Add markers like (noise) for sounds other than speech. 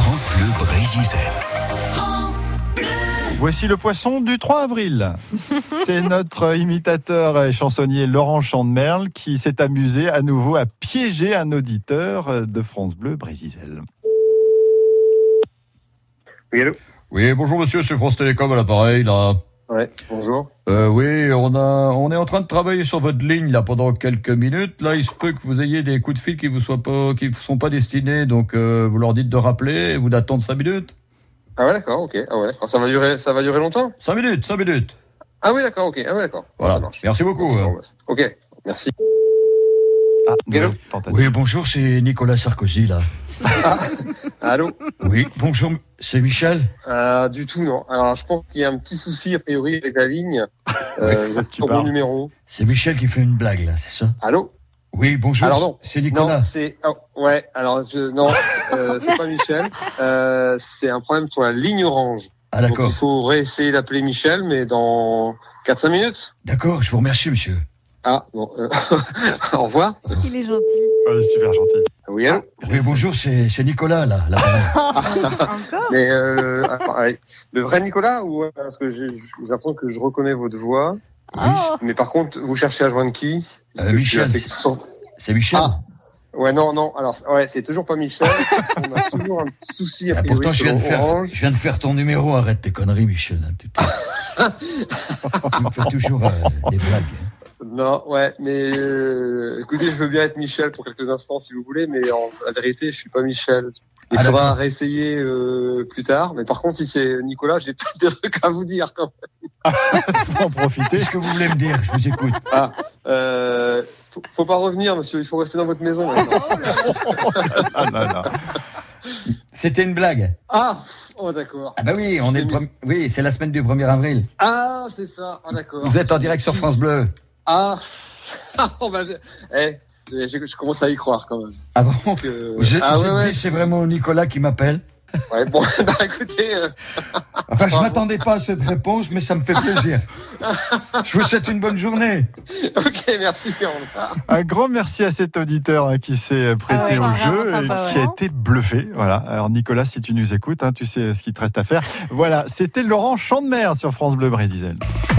France Bleu Brésil. Voici le poisson du 3 avril. (laughs) C'est notre imitateur et chansonnier Laurent Chandemerle qui s'est amusé à nouveau à piéger un auditeur de France Bleu Brésil. Oui, allô Oui, bonjour monsieur, c'est France Télécom à l'appareil là. Ouais, bonjour. Euh, oui, on a, on est en train de travailler sur votre ligne là pendant quelques minutes. Là, il se peut que vous ayez des coups de fil qui vous soient pas, qui vous sont pas destinés, donc euh, vous leur dites de rappeler et vous d'attendre cinq minutes. Ah ouais, d'accord, ok. Ah ouais, d'accord. Ça va durer, ça va durer longtemps Cinq minutes, cinq minutes. Ah oui, d'accord, ok. Ah ouais, d'accord. Ça Voilà. marche. Merci beaucoup. euh. Bon, bah, Ok, merci. Ah, nouvelle Hello. tentative. Oui, bonjour, c'est Nicolas Sarkozy là. Allô Oui, bonjour, c'est Michel. Ah, Du tout, non. Alors, je pense qu'il y a un petit souci, a priori, avec la ligne. (laughs) Euh, vous êtes Tu au bon parles. numéro. C'est Michel qui fait une blague là, c'est ça Allô Oui, bonjour. Alors non. c'est Non, c'est... ah, ouais, alors, je... non, euh, c'est pas Michel. Euh, c'est un problème sur la ligne orange. Ah Donc, il faut réessayer d'appeler Michel, mais dans 4-5 minutes. d'accord. Je vous remercie, monsieur. Ah, bon. euh, (laughs) au revoir. Ah Il est gentil. (laughs) Ouais, Ah, super gentil. Oui, allô Oui, bonjour, c'est c'est Nicolas là. l'appareil. Encore Mais euh, attends, ouais. le vrai Nicolas ou euh, parce que j'ai j'ai l'impression que je reconnais votre voix. Oh, Mais par contre, vous cherchez à joindre qui Parce Euh, que je suis Michel. affecté sans- C'est Michel. Ah, Ouais, non, non. Alors, ouais, c'est toujours pas Michel. On a toujours un petit souci. Ah, à pourtant, je viens, de faire, Orange. je viens de faire ton numéro. Arrête tes conneries, Michel. un petit peu. (laughs) tu me fais toujours euh, des blagues. Non, ouais, mais euh, écoutez, je veux bien être Michel pour quelques instants si vous voulez, mais en la vérité, je suis pas Michel. Il Ah, faudra d'accord. réessayer euh, plus tard. Mais par contre, si c'est Nicolas, j'ai (laughs) peut-être des trucs à vous dire. Quand Faut en profiter. Qu'est-ce que vous voulez me dire Je vous écoute. même. Euh, faut, faut pas revenir, monsieur. Il faut rester dans votre maison. maintenant. Ah là là. C'était une blague. Ah, oh d'accord. Ah bah oui, on est le premier- Oui, c'est la semaine du 1er avril. Ah, c'est ça. Ah d'accord. Vous êtes en direct sur France Bleu. Ah, (laughs) oh, bah, je... Eh, je, je commence à y croire quand même. Ah bon Que... Je, ah je ouais, me ouais. dis, c'est vraiment Nicolas qui m'appelle. ouais. Bon, (laughs) bah écoutez, euh, Enfin, je Bravo. m'attendais pas à cette réponse, mais ça me fait plaisir. Je vous souhaite une bonne journée. ok, merci. Ah, au revoir. Un grand merci à cet auditeur hein, qui s'est prêté ouais, au Ah vraiment jeu sympa, et qui a vraiment. été bluffé. Voilà. Alors Nicolas, si tu nous écoutes, hein, tu sais ce qu'il te reste à faire. Voilà, c'était Laurent Chandemer sur France Bleu Brésil.